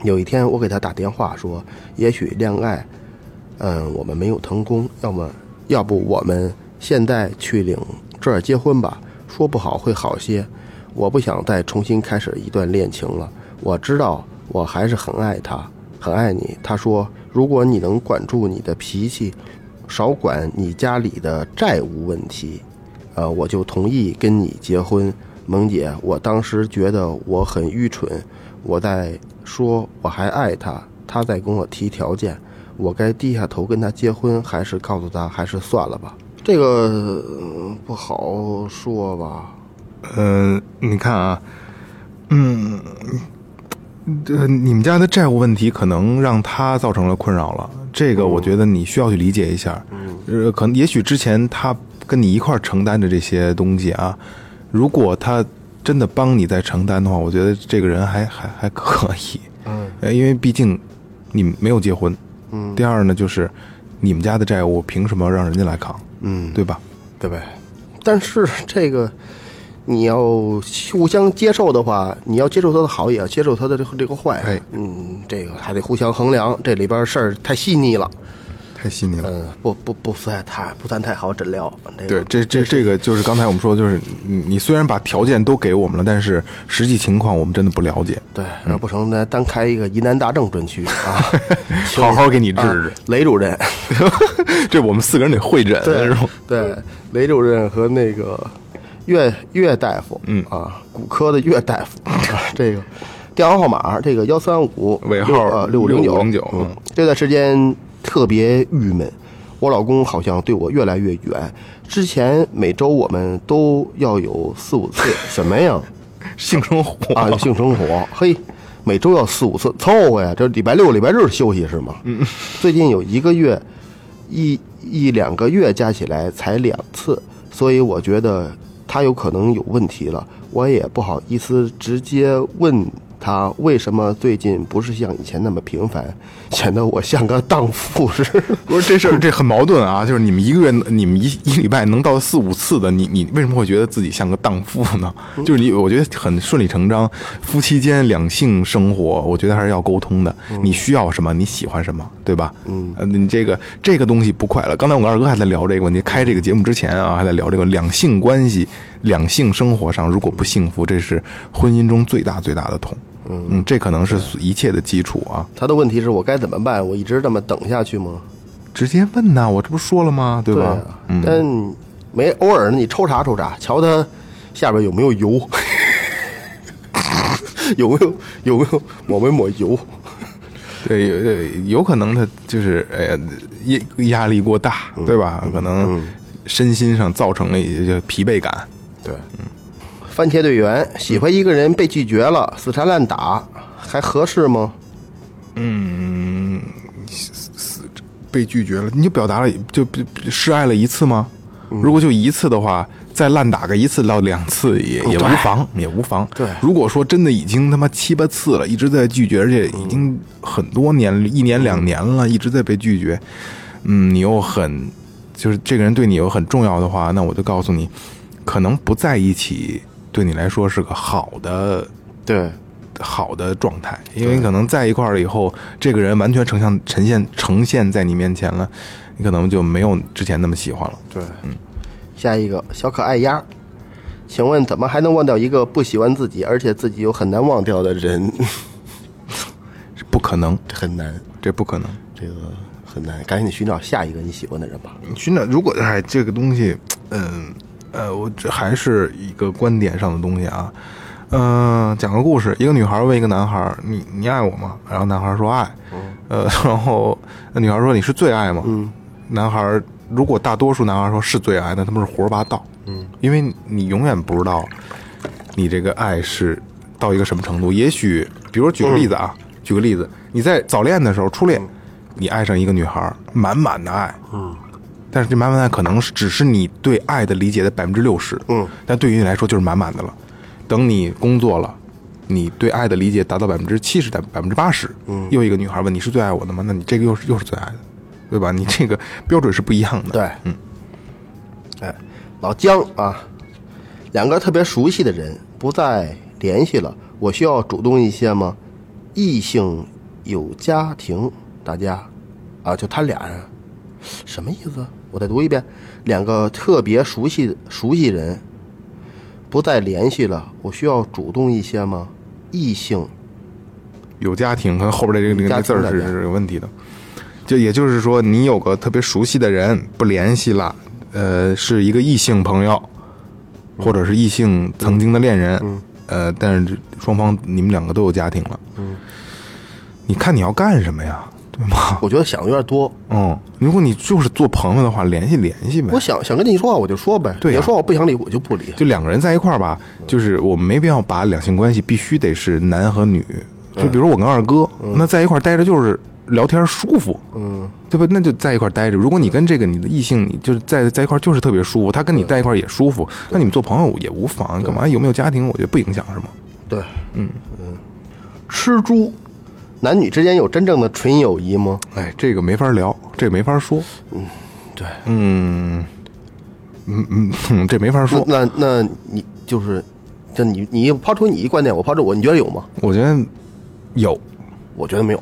[SPEAKER 1] 有一天我给他打电话说，也许恋爱，嗯，我们没有成功，要么要不我们现在去领证儿结婚吧，说不好会好些。我不想再重新开始一段恋情了，我知道我还是很爱他，很爱你。他说，如果你能管住你的脾气，少管你家里的债务问题，呃，我就同意跟你结婚。萌姐，我当时觉得我很愚蠢，我在说我还爱他，他在跟我提条件，我该低下头跟他结婚，还是告诉他还是算了吧？这个呃不好说吧？
[SPEAKER 2] 嗯、你看啊，嗯，这你们家的债务问题可能让他造成了困扰了。这个我觉得你需要去理解一下。嗯，呃，可能也许之前他跟你一块儿承担着这些东西啊，如果他真的帮你在承担的话，我觉得这个人还还还可以。
[SPEAKER 1] 嗯
[SPEAKER 2] 呃，因为毕竟你没有结婚。嗯。第二呢，就是你们家的债务凭什么让人家来扛？
[SPEAKER 1] 嗯，
[SPEAKER 2] 对吧？
[SPEAKER 1] 对呗。但是这个你要互相接受的话，你要接受他的好，也要接受他的这个这个坏。
[SPEAKER 2] 哎
[SPEAKER 1] 嗯，这个还得互相衡量，这里边事儿太细腻了。
[SPEAKER 2] 太细腻了。
[SPEAKER 1] 嗯，不不不算太不算太好诊疗。这
[SPEAKER 2] 对
[SPEAKER 1] 个，
[SPEAKER 2] 这这这个就是刚才我们说，就是你你虽然把条件都给我们了，但是实际情况我们真的不了解。
[SPEAKER 1] 对，要不成咱单开一个疑难大症专区啊，
[SPEAKER 2] 好好给你治
[SPEAKER 1] 啊雷主 任，
[SPEAKER 2] 治，这我们四个人得会诊，
[SPEAKER 1] 对
[SPEAKER 2] 是吧？
[SPEAKER 1] 对，雷主任和那个岳岳大夫，嗯啊，骨科的岳大夫， 啊这个电话号码这个幺三五
[SPEAKER 2] 尾号
[SPEAKER 1] 呃六零
[SPEAKER 2] 6509
[SPEAKER 1] 嗯，这段时间特别郁闷。我老公好像对我越来越远。之前每周我们都要有四五次，什么呀？
[SPEAKER 2] 性 生活
[SPEAKER 1] 啊，有性生活，嘿，每周要四五次，凑合呀。这礼拜六、礼拜日休息是吗？嗯， 最近有一个月，一一两个月加起来才两次，所以我觉得他有可能有问题了。我也不好意思直接问他为什么最近不是像以前那么频繁， 显得我像个荡妇似的。
[SPEAKER 2] 不是这事儿，这很矛盾啊！就是你们一个月，你们一一礼拜能到四五次的，你你为什么会觉得自己像个荡妇呢？就是你，我觉得很顺理成章。夫妻间两性生活，我觉得还是要沟通的。你需要什么？你喜欢什么？对吧？嗯，你这个这个东西不快乐。刚才我跟二哥还在聊这个问题，开这个节目之前啊，还在聊这个两性关系、两性生活上如果不幸福，这是婚姻中最大最大的痛。嗯，这可能是一切的基础啊。
[SPEAKER 1] 他的问题是我该怎么办？我一直这么等下去吗？
[SPEAKER 2] 直接问呐，我这不是说了吗？对吧？
[SPEAKER 1] 啊，但没偶尔你抽查抽查，瞧他下边有没有油， 有没有有没有抹没抹油，
[SPEAKER 2] 对，有有有可能他就是哎呀压压力过大，对吧？可能身心上造成了一些疲惫感。
[SPEAKER 1] 对，番茄队员喜欢一个人被拒绝了，死缠烂打，还合适吗？
[SPEAKER 2] 嗯，死死被拒绝了，你就表达了就示爱了一次吗？如果就一次的话，再烂打个一次到两次也也无妨，也无妨。
[SPEAKER 1] 对
[SPEAKER 2] 如果说真的已经他妈七八次了，一直在拒绝，而且已经很多年，一年两年了，一直在被拒绝，嗯，你又很就是这个人对你又很重要的话，那我就告诉你，可能不在一起对你来说是个好的
[SPEAKER 1] 对，
[SPEAKER 2] 好的状态，因为可能在一块儿了以后，这个人完全呈现呈现呈现在你面前了，你可能就没有之前那么喜欢了。
[SPEAKER 1] 对，嗯下一个小可爱鸭，请问怎么还能忘掉一个不喜欢自己，而且自己又很难忘掉的人？
[SPEAKER 2] 这不可能，
[SPEAKER 1] 这很难，
[SPEAKER 2] 这不可能。
[SPEAKER 1] 这个很难，赶紧寻找下一个你喜欢的人吧。
[SPEAKER 2] 寻找，如果哎，这个东西，嗯呃，我这还是一个观点上的东西啊。嗯、讲个故事，一个女孩问一个男孩：“你你爱我吗？”然后男孩说：“爱。”呃，然后那女孩说：“你是最爱吗？”嗯，男孩如果大多数男孩说是最爱，那他们是胡说八道。嗯，因为你永远不知道你这个爱是到一个什么程度。也许，比如举个例子啊，举个例子，你在早恋的时候初恋，你爱上一个女孩，满满的爱，嗯，但是这满满的爱可能是只是你对爱的理解的百分之六十，嗯，但对于你来说就是满满的了。等你工作了，你对爱的理解达到百分之七十、百百分之八十，嗯，又一个女孩问你是最爱我的吗？那你这个又是又是最爱的，对吧？你这个标准是不一样的，
[SPEAKER 1] 对，嗯，哎，老姜啊，两个特别熟悉的人不再联系了，我需要主动一些吗？异性有家庭，大家啊，就他俩啊，什么意思？我再读一遍，两个特别熟悉熟悉人不再联系了，我需要主动一些吗？异性
[SPEAKER 2] 有家庭，可能后边的这个这
[SPEAKER 1] 家
[SPEAKER 2] 个
[SPEAKER 1] 庭
[SPEAKER 2] 字儿
[SPEAKER 1] 的
[SPEAKER 2] 是
[SPEAKER 1] 人
[SPEAKER 2] 是有问题的。就也就是说，你有个特别熟悉的人不联系了，呃，是一个异性朋友，或者是异性
[SPEAKER 1] 嗯
[SPEAKER 2] 曾经的恋人，呃，但是这双方你们两个都有家庭了，嗯，你看你要干什么呀，对吗？
[SPEAKER 1] 我觉得想的有点多。
[SPEAKER 2] 嗯，如果你就是做朋友的话，联系联系呗
[SPEAKER 1] 我。想想跟你说话，我就说呗。
[SPEAKER 2] 对呀
[SPEAKER 1] 你要说我不想理，我就不理。
[SPEAKER 2] 就两个人在一块儿吧，就是我们没必要把两性关系必须得是男和女。
[SPEAKER 1] 嗯
[SPEAKER 2] 就比如我跟二哥，那在一块儿待着就是聊天舒服，嗯，对吧？那就在一块儿待着。如果你跟这个你的异性，你就是在在一块儿就是特别舒服，他跟你在一块儿也舒服，
[SPEAKER 1] 嗯
[SPEAKER 2] 那你们做朋友也无妨。干嘛有没有家庭，我觉得不影响，是吗？
[SPEAKER 1] 对，嗯嗯，吃猪，男女之间有真正的纯友谊吗？
[SPEAKER 2] 哎，这个没法聊，这个没法说，
[SPEAKER 1] 对，
[SPEAKER 2] 嗯嗯， 哼这没法说。
[SPEAKER 1] 那那那你就是，就你你抛出你一观点，我抛出我，你觉得有吗？
[SPEAKER 2] 我觉得有
[SPEAKER 1] 我觉得没有。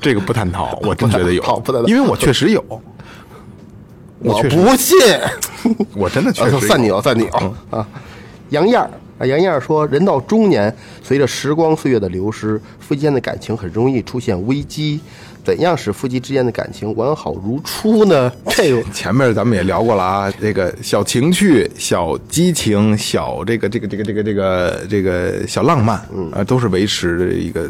[SPEAKER 2] 这个不探讨，我真觉得 有
[SPEAKER 1] 不探讨不探，讨
[SPEAKER 2] 因为我确实有，我确实
[SPEAKER 1] 不信，
[SPEAKER 2] 我真的确
[SPEAKER 1] 啊
[SPEAKER 2] 实有嗯
[SPEAKER 1] 就算你了，算你了啊！杨燕儿啊，杨燕儿说，人到中年，随着时光岁月的流失，夫妻间的感情很容易出现危机。怎样使夫妻之间的感情完好如初 呢？这个
[SPEAKER 2] 前面咱们也聊过了啊，这个小情趣、小激情、小这个这个这个这个这个这个小浪漫，嗯啊，都是维持着一个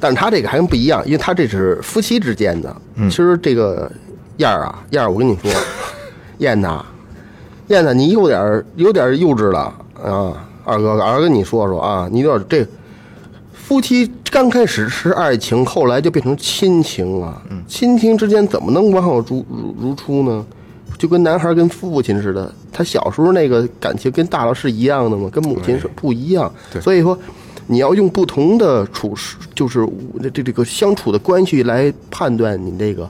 [SPEAKER 1] 但是他这个还不一样，因为他这是夫妻之间的。其实这个燕儿啊，燕儿，我跟你说，燕呐，燕呐，你有点儿有点儿幼稚了啊！二哥，二哥跟你说说啊，你有点儿这夫妻刚开始是爱情，后来就变成亲情了。亲情之间怎么能完好如如如初呢？就跟男孩跟父亲似的，他小时候那个感情跟大了是一样的吗？跟母亲是不一样。所以说，你要用不同的处事，就是这这这个相处的关系来判断你这个。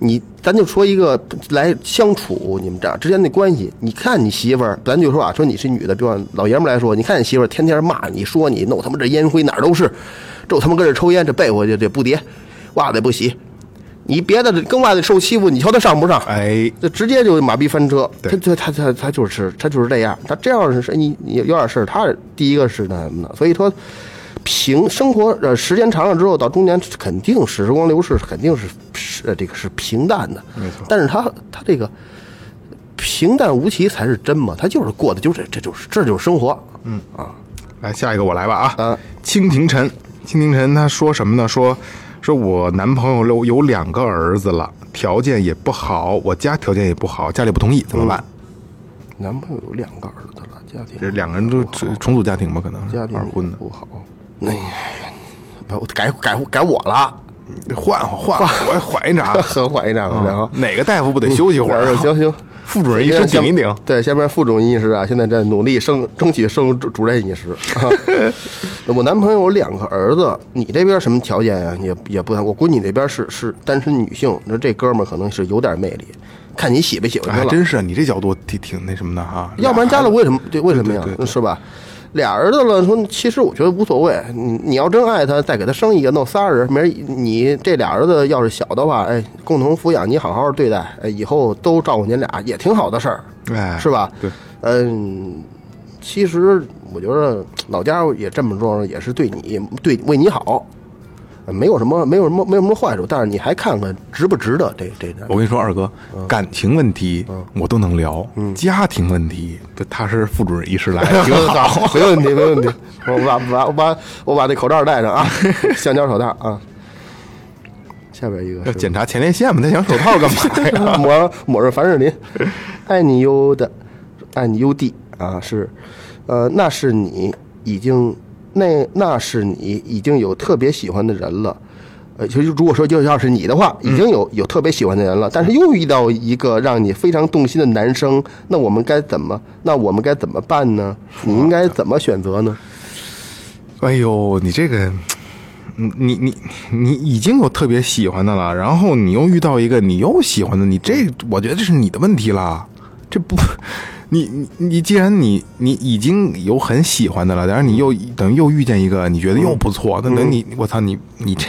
[SPEAKER 1] 你咱就说一个来相处你们这之间的关系，你看你媳妇儿，咱就说啊，说你是女的，比方老爷们儿来说，你看你媳妇儿天天骂你说你弄他妈这烟灰哪儿都是，这他妈跟这抽烟，这被窝就得不叠，袜子也不洗，你别的跟外头受欺负，你瞧他上不上？
[SPEAKER 2] 哎，
[SPEAKER 1] 这直接就马屁翻车。
[SPEAKER 2] 对
[SPEAKER 1] 他他他他他就是他就是这样，他这样是你你有点事儿，他第一个是那什么的，所以说。平生活呃时间长了之后，到中年肯定是时光流逝，肯定是是呃这个是平淡的。没错，但是他他这个平淡无奇才是真嘛，他就是过的就是这这就是这就是生活。嗯，
[SPEAKER 2] 来下一个我来吧啊
[SPEAKER 1] 啊，
[SPEAKER 2] 蜻蜓尘，金凌晨他说什么呢？说说我男朋友有有两个儿子了，条件也不好，我家条件也不好，家里不同意怎么办？
[SPEAKER 1] 嗯男朋友有两个儿子了，家庭
[SPEAKER 2] 这两个人都重重组家庭吧，可能是
[SPEAKER 1] 家庭
[SPEAKER 2] 二 婚的，
[SPEAKER 1] 不好。哎呀，把我改改改我了，。
[SPEAKER 2] 换换换，我缓一场
[SPEAKER 1] 很缓一点，然后
[SPEAKER 2] 哪个大夫不得休息 会儿？啊
[SPEAKER 1] 行行，
[SPEAKER 2] 副主任医生顶一顶。
[SPEAKER 1] 对，下面副主任医师啊，现在在努力升，争取升主主任医 师。我男朋友有两个儿子，你这边什么条件呀、也也不谈。我估计你这边是是单身女性，那这哥们儿可能是有点魅力，看你喜不喜欢他
[SPEAKER 2] 哎，
[SPEAKER 1] 了。
[SPEAKER 2] 真是你这角度挺挺那什么的哈。
[SPEAKER 1] 要不然家里为什么对为什么呀
[SPEAKER 2] 对对？
[SPEAKER 1] 是吧？俩儿子了，说其实我觉得无所谓，你你要真爱他，再给他生一个，弄仨人，明儿你这俩儿子要是小的话，哎，共同抚养，你好好对待，哎，以后都照顾您俩也挺好的事儿，
[SPEAKER 2] 哎
[SPEAKER 1] 是吧？
[SPEAKER 2] 对，
[SPEAKER 1] 嗯，其实我觉得老家也这么说，也是对你对为你好，呃没有什么没有什么没有什么坏处，但是你还看看值不值得这这这
[SPEAKER 2] 我跟你说，二哥，
[SPEAKER 1] 嗯
[SPEAKER 2] 感情问题我都能聊，家庭问题，这他是副主任医 师来挺好。
[SPEAKER 1] 没问题，没问题。我把把我把我把这口罩戴上啊，橡胶手套啊。下边一个
[SPEAKER 2] 要
[SPEAKER 1] 是
[SPEAKER 2] 检查前列腺嘛？他想手套 干嘛呀？
[SPEAKER 1] 抹抹上凡士林，爱你优的，爱你优弟啊是，呃，那是你已经那那是你已经有特别喜欢的人了。呃，其实如果说就要是你的话，已经有
[SPEAKER 2] 嗯
[SPEAKER 1] 有特别喜欢的人了，但是又遇到一个让你非常动心的男生，那我们该怎么？那我们该怎么办呢？你应该怎么选择呢？
[SPEAKER 2] 哎呦，你这个，你你你你已经有特别喜欢的了，然后你又遇到一个你又喜欢的，你这我觉得这是你的问题啦，这不，你你你既然你你已经有很喜欢的了，然后你又
[SPEAKER 1] 嗯
[SPEAKER 2] 等于又遇见一个你觉得又不错，那等你我操你你这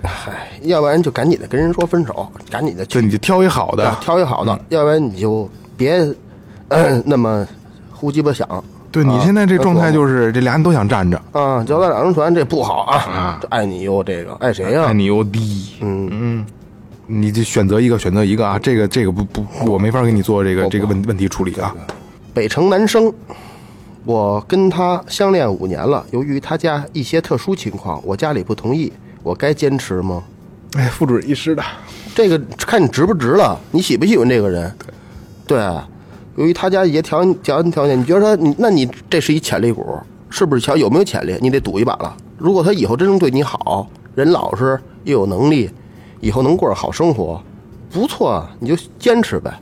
[SPEAKER 1] 唉，要不然就赶紧的跟人说分手，赶紧的
[SPEAKER 2] 这
[SPEAKER 1] 去
[SPEAKER 2] 你就挑一好的，
[SPEAKER 1] 挑一好的，要不然你就别、 呃那么呼鸡巴响。
[SPEAKER 2] 对你现在这状态就是这俩人都想站着，
[SPEAKER 1] 啊，脚踏两只船这不好啊！这爱你哟，这个爱谁呀、
[SPEAKER 2] 爱哎你又低，嗯嗯。你就选择一个，选择一个啊！这个这个不不，我没法给你做这个这个问问题处理啊。
[SPEAKER 1] 北城男生，我跟他相恋五年了，由于他家一些特殊情况，我家里不同意，我该坚持吗？
[SPEAKER 2] 哎，副主任医师的，
[SPEAKER 1] 这个看你值不值了，你喜不喜欢这个人？对，啊由于他家一些条条件条件，你觉得他你那你这是一潜力股，是不是？瞧有没有潜力，你得赌一把了。如果他以后真能对你好，人老实又有能力，以后能过上好生活，不错啊，你就坚持呗，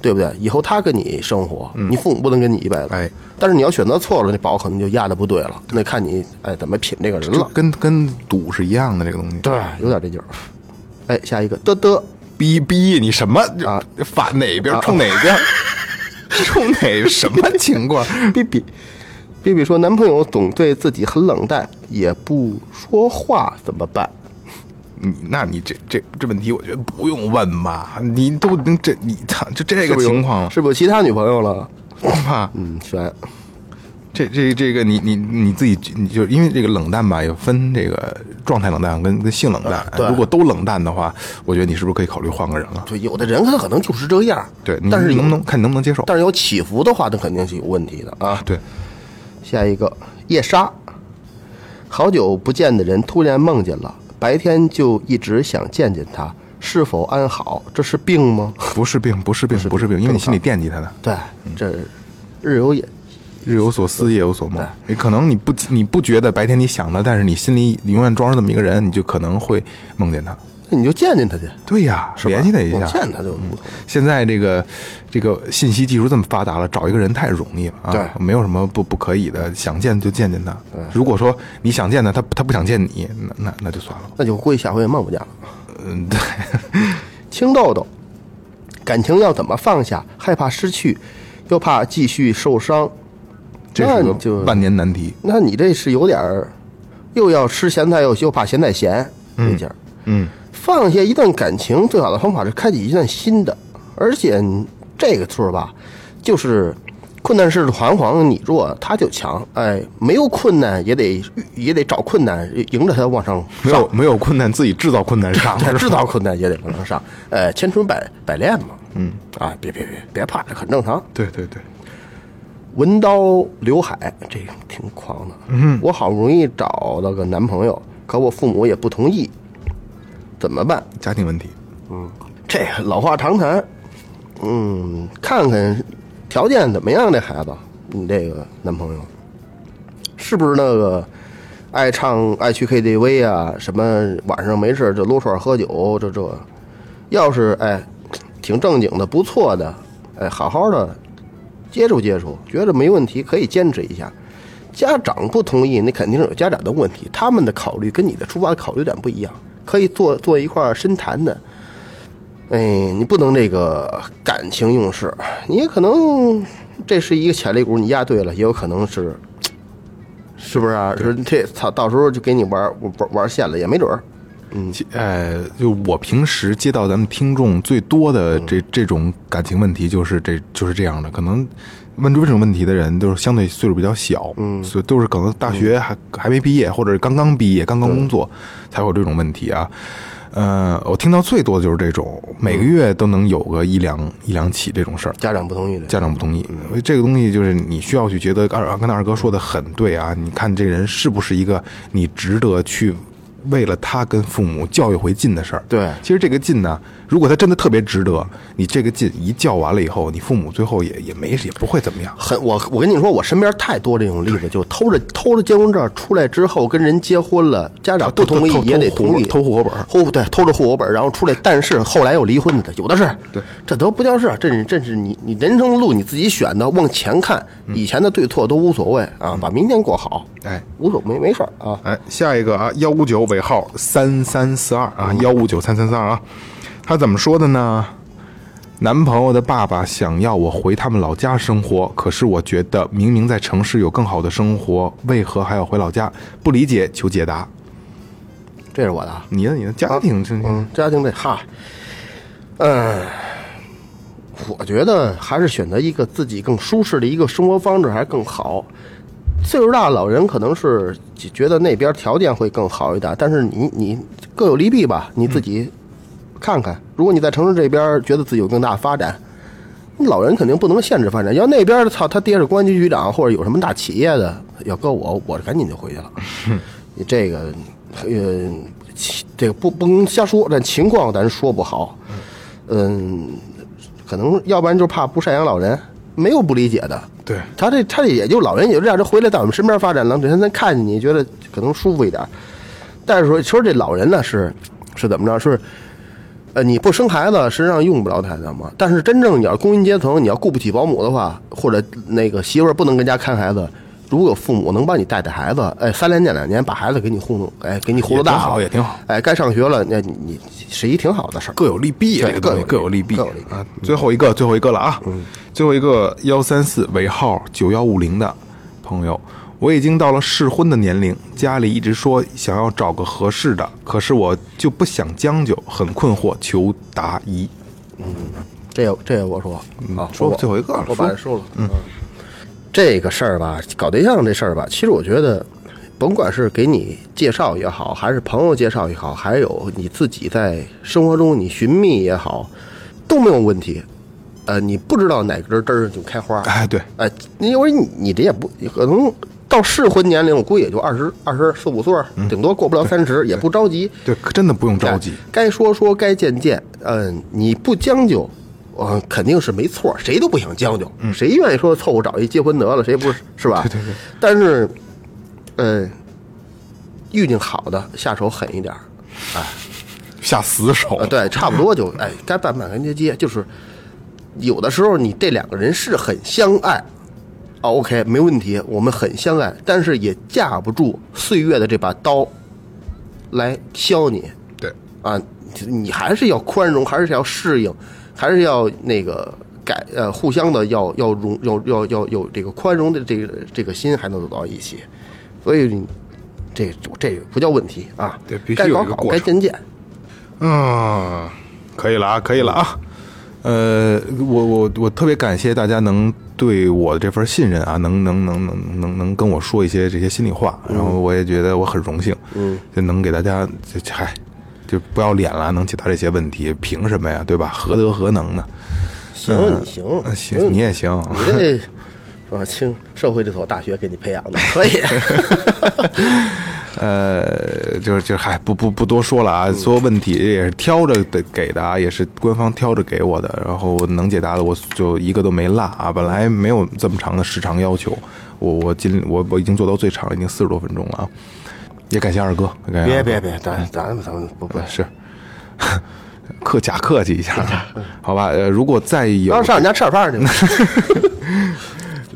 [SPEAKER 1] 对不对？以后他跟你生活，你父母不能跟你一辈子。
[SPEAKER 2] 嗯哎，
[SPEAKER 1] 但是你要选择错了，那宝可能就压的不对了，那看你哎怎么品这个人
[SPEAKER 2] 就
[SPEAKER 1] 了。
[SPEAKER 2] 跟跟赌是一样的这个东西。
[SPEAKER 1] 对，有点这劲儿。哎，下一个的的。
[SPEAKER 2] 逼逼你什么
[SPEAKER 1] 啊？
[SPEAKER 2] 反哪边冲哪边？ 冲哪什么情况？
[SPEAKER 1] B B B B 说，男朋友总对自己很冷淡，也不说话，怎么办？
[SPEAKER 2] 你那你这这这问题，我觉得不用问吧？你都能这你操，就这
[SPEAKER 1] 这
[SPEAKER 2] 个情况，啊
[SPEAKER 1] 是不是有其他女朋友了？
[SPEAKER 2] 怕
[SPEAKER 1] 嗯，选
[SPEAKER 2] 这这这个你你你自己你就因为这个冷淡吧，有分这个状态冷淡跟跟性冷淡。
[SPEAKER 1] 呃对
[SPEAKER 2] 如果都冷淡的话，我觉得你是不是可以考虑换个人了？
[SPEAKER 1] 对，有的人他可能就是这样，
[SPEAKER 2] 对，你
[SPEAKER 1] 但是有
[SPEAKER 2] 能不能看你能不能接受？
[SPEAKER 1] 但是有起伏的话，那肯定是有问题的啊。
[SPEAKER 2] 对，
[SPEAKER 1] 下一个夜莎，好久不见的人突然梦见了，白天就一直想见见他，是否安好？这是病吗？
[SPEAKER 2] 不是病，不是病，不是病，因为你心里惦记他的。
[SPEAKER 1] 对，这日有也
[SPEAKER 2] 日有所思，夜有所梦。你可能你不你不觉得白天你想他，但是你心里永远装着这么一个人，你就可能会梦见他。
[SPEAKER 1] 那你就见见他去，
[SPEAKER 2] 对呀，
[SPEAKER 1] 是吧
[SPEAKER 2] 联系他一
[SPEAKER 1] 我
[SPEAKER 2] 下。
[SPEAKER 1] 见他就无所谓
[SPEAKER 2] 现在这个这个信息技术这么发达了，找一个人太容易了啊！
[SPEAKER 1] 对
[SPEAKER 2] 没有什么不不可以的，想见就见见他。如果说你想见他，他他不想见你，那那那就算了。
[SPEAKER 1] 那就估计下回也梦不见了。
[SPEAKER 2] 嗯，对，
[SPEAKER 1] 青豆豆，感情要怎么放下？害怕失去，又怕继续受伤。
[SPEAKER 2] 这
[SPEAKER 1] 那
[SPEAKER 2] 是
[SPEAKER 1] 你
[SPEAKER 2] 个
[SPEAKER 1] 就
[SPEAKER 2] 万年难题。
[SPEAKER 1] 那你这是有点儿，又要吃咸菜，又又怕咸菜咸，这劲儿。
[SPEAKER 2] 嗯，
[SPEAKER 1] 放下一段感情，最好的方法是开启一段新的。而且你这个处吧，就是困难是彷徨，你弱他就强。哎，没有困难也得也得找困难，迎着它往上
[SPEAKER 2] 没
[SPEAKER 1] 上
[SPEAKER 2] 有。没有困难，自己制造困难上。
[SPEAKER 1] 他知道困难也得往上上，呃，千锤百百炼嘛。嗯，啊，别别别别怕，这很正常。
[SPEAKER 2] 对对对，
[SPEAKER 1] 文刀刘海，这个挺狂的。嗯，我好不容易找到个男朋友，可我父母也不同意，怎么办？
[SPEAKER 2] 家庭问题，
[SPEAKER 1] 这个老话常谈，嗯，看看条件怎么样，这孩子，你这个男朋友是不是那个爱唱、爱去 KTV 啊？什么晚上没事就撸串喝酒，这这，要是哎挺正经的、不错的，哎好好的接触接触，觉得没问题，可以坚持一下。家长不同意，那肯定是有家长的问题，他们的考虑跟你的出发考虑点不一样，可以坐坐一块儿深谈的。哎，你不能这个感情用事，你也可能这是一个潜力股，你压对了，也有可能是，是不是啊？是这操，到时候就给你玩玩玩线了，也没准儿。
[SPEAKER 2] 其呃，就我平时接到咱们听众最多的这这种感情问题，就是这就是这样的。可能问出这种问题的人，都是相对岁数比较小，嗯，所以都是可能大学还、还没毕业，或者是刚刚毕业、刚刚工作，才会有这种问题啊。呃，我听到最多的就是这种，每个月都能有个一两一两起这种事儿。
[SPEAKER 1] 家长不同意的，
[SPEAKER 2] 家长不同意，所以这个东西就是你需要去觉得二跟二哥说的很对啊，你看这人是不是一个你值得去为了他跟父母教育回劲的事儿？
[SPEAKER 1] 对
[SPEAKER 2] 其实这个劲呢，如果他真的特别值得，你这个劲一较完了以后，你父母最后也也没也不会怎么样。
[SPEAKER 1] 很我我跟你说，我身边太多这种例子，就偷着偷着结婚证出来之后跟人结婚了，家长不同意
[SPEAKER 2] 偷偷
[SPEAKER 1] 也得
[SPEAKER 2] 偷户
[SPEAKER 1] 同意，
[SPEAKER 2] 偷户口本儿
[SPEAKER 1] 偷对偷着户口本儿，然后出来，但是后来又离婚的有的是，对，这都不叫事儿，这是这是你你人生路你自己选的，往前看，
[SPEAKER 2] 嗯
[SPEAKER 1] 以前的对错都无所谓啊，把明天过好，
[SPEAKER 2] 哎，
[SPEAKER 1] 无所没没事儿啊，
[SPEAKER 2] 哎，下一个啊，幺五九尾号三三四二啊，幺五九三三三二啊，他怎么说的呢？男朋友的爸爸想要我回他们老家生活，可是我觉得明明在城市有更好的生活，为何还要回老家？不理解，求解答。嗯
[SPEAKER 1] 这是我的啊。
[SPEAKER 2] 你的你的家庭这
[SPEAKER 1] 嗯，家庭这哈，嗯、我觉得还是选择一个自己更舒适的一个生活方式还更好。岁数大的老人可能是觉得那边条件会更好一点，但是你你各有利弊吧，你自己看看。如果你在城市这边觉得自己有更大的发展，老人肯定不能限制发展。要那边的操，他爹是公安局局长或者有什么大企业的，要搁我，我赶紧就回去了。你这个，呃，其这个不不能瞎说，但情况咱说不好。嗯，可能要不然就是怕不赡养老人，没有不理解的。
[SPEAKER 2] 对
[SPEAKER 1] 他这他这也就老人也就这样，他回来在我们身边发展了，天天看见你觉得可能舒服一点。但是说说这老人呢是是怎么着是。呃，你不生孩子，实际上用不着太那么。但是真正你要是工薪阶层，你要雇不起保姆的话，或者那个媳妇儿不能跟家看孩子，如果父母能帮你带带孩子，哎，三年两两年把孩子给你糊弄，哎，给你糊
[SPEAKER 2] 也
[SPEAKER 1] 弄大
[SPEAKER 2] 挺好
[SPEAKER 1] 了
[SPEAKER 2] 也挺好。
[SPEAKER 1] 哎，该上学了，那你你是一挺好的事儿。
[SPEAKER 2] 各有利弊啊，
[SPEAKER 1] 对
[SPEAKER 2] 这个东西
[SPEAKER 1] 各
[SPEAKER 2] 各
[SPEAKER 1] 有
[SPEAKER 2] 有
[SPEAKER 1] 利
[SPEAKER 2] 利
[SPEAKER 1] 弊
[SPEAKER 2] 弊
[SPEAKER 1] 各有利弊
[SPEAKER 2] 啊。最后一个，最后一个了啊，最后一个幺三四尾号九幺五零的朋友，我已经到了适婚的年龄，家里一直说想要找个合适的，可是我就不想将就，很困惑，求答疑。
[SPEAKER 1] 这这我说啊，
[SPEAKER 2] 说
[SPEAKER 1] 我
[SPEAKER 2] 最后一个了
[SPEAKER 1] 我把
[SPEAKER 2] 说
[SPEAKER 1] 这收了。嗯，这个事儿吧，搞对象这事儿吧，其实我觉得，甭管是给你介绍也好，还是朋友介绍也好，还有你自己在生活中你寻觅也好，都没有问题。呃，你不知道哪根针儿就开花。
[SPEAKER 2] 哎，对，
[SPEAKER 1] 哎，因为你你这也不可能到适婚年龄，我估计也就二十二十四五岁儿，顶多过不了三十，也不着急。
[SPEAKER 2] 对，真的不用着急。
[SPEAKER 1] 哎该说说，该见见。嗯、你不将就，呃，肯定是没错，谁都不想将就，谁愿意说凑合找一结婚得了？谁不是是吧？
[SPEAKER 2] 嗯对对对
[SPEAKER 1] 但是，呃，遇见好的下手狠一点儿，
[SPEAKER 2] 下死手
[SPEAKER 1] 啊，，对，差不多就哎，该办办，该接接，就是有的时候你这两个人是很相爱。哦，OK，没问题，我们很相爱，但是也架不住岁月的这把刀来削你。
[SPEAKER 2] 对，
[SPEAKER 1] 啊，你还是要宽容，还是要适应，还是要那个改呃，互相的要要容要要要有这个宽容的这个这个心，还能走到一起。所以你这这个不叫问题啊，
[SPEAKER 2] 对必须
[SPEAKER 1] 该
[SPEAKER 2] 有
[SPEAKER 1] 搞
[SPEAKER 2] 一个
[SPEAKER 1] 好，
[SPEAKER 2] 过
[SPEAKER 1] 该
[SPEAKER 2] 程
[SPEAKER 1] 见见。
[SPEAKER 2] 嗯，可以了啊，可以了啊。呃，我我我特别感谢大家能对我这份信任啊，能能能能能能跟我说一些这些心里话，然后我也觉得我很荣幸，嗯，就能给大家，这这嗨，就不要脸了，能解答这些问题，凭什么呀，对吧？何德何能呢？
[SPEAKER 1] 嗯行，你
[SPEAKER 2] 呃
[SPEAKER 1] 行，
[SPEAKER 2] 行，你也行，
[SPEAKER 1] 你这啊，清社会这所大学给你培养的，可以。
[SPEAKER 2] 呃，就是就是，嗨，不不不多说了
[SPEAKER 1] 嗯
[SPEAKER 2] 啊，所有问题也是挑着的给的啊，也是官方挑着给我的，然后我能解答的我就一个都没落
[SPEAKER 1] 嗯
[SPEAKER 2] 啊。本来没有这么长的时长要求，我我今我我已经做到最长了，已经四十多分钟了啊。也感谢二哥，也感谢
[SPEAKER 1] 别别
[SPEAKER 2] 二哥
[SPEAKER 1] 别，咱咱们咱们不不，
[SPEAKER 2] 是 客假客气一下啊，好吧？呃，如果再有
[SPEAKER 1] 嗯当时上俺家吃点饭 去吧。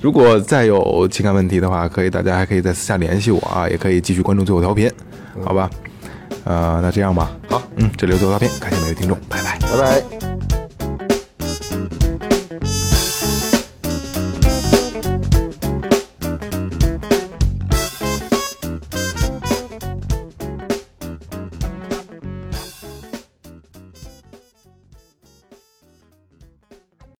[SPEAKER 2] 如果再有情感问题的话，可以大家还可以在私下联系我啊，也可以继续关注最后调频，
[SPEAKER 1] 嗯
[SPEAKER 2] 好吧？呃，那这样吧，
[SPEAKER 1] 好，
[SPEAKER 2] 嗯，这里是最后调频，感谢每位听众，拜拜。
[SPEAKER 1] 拜拜。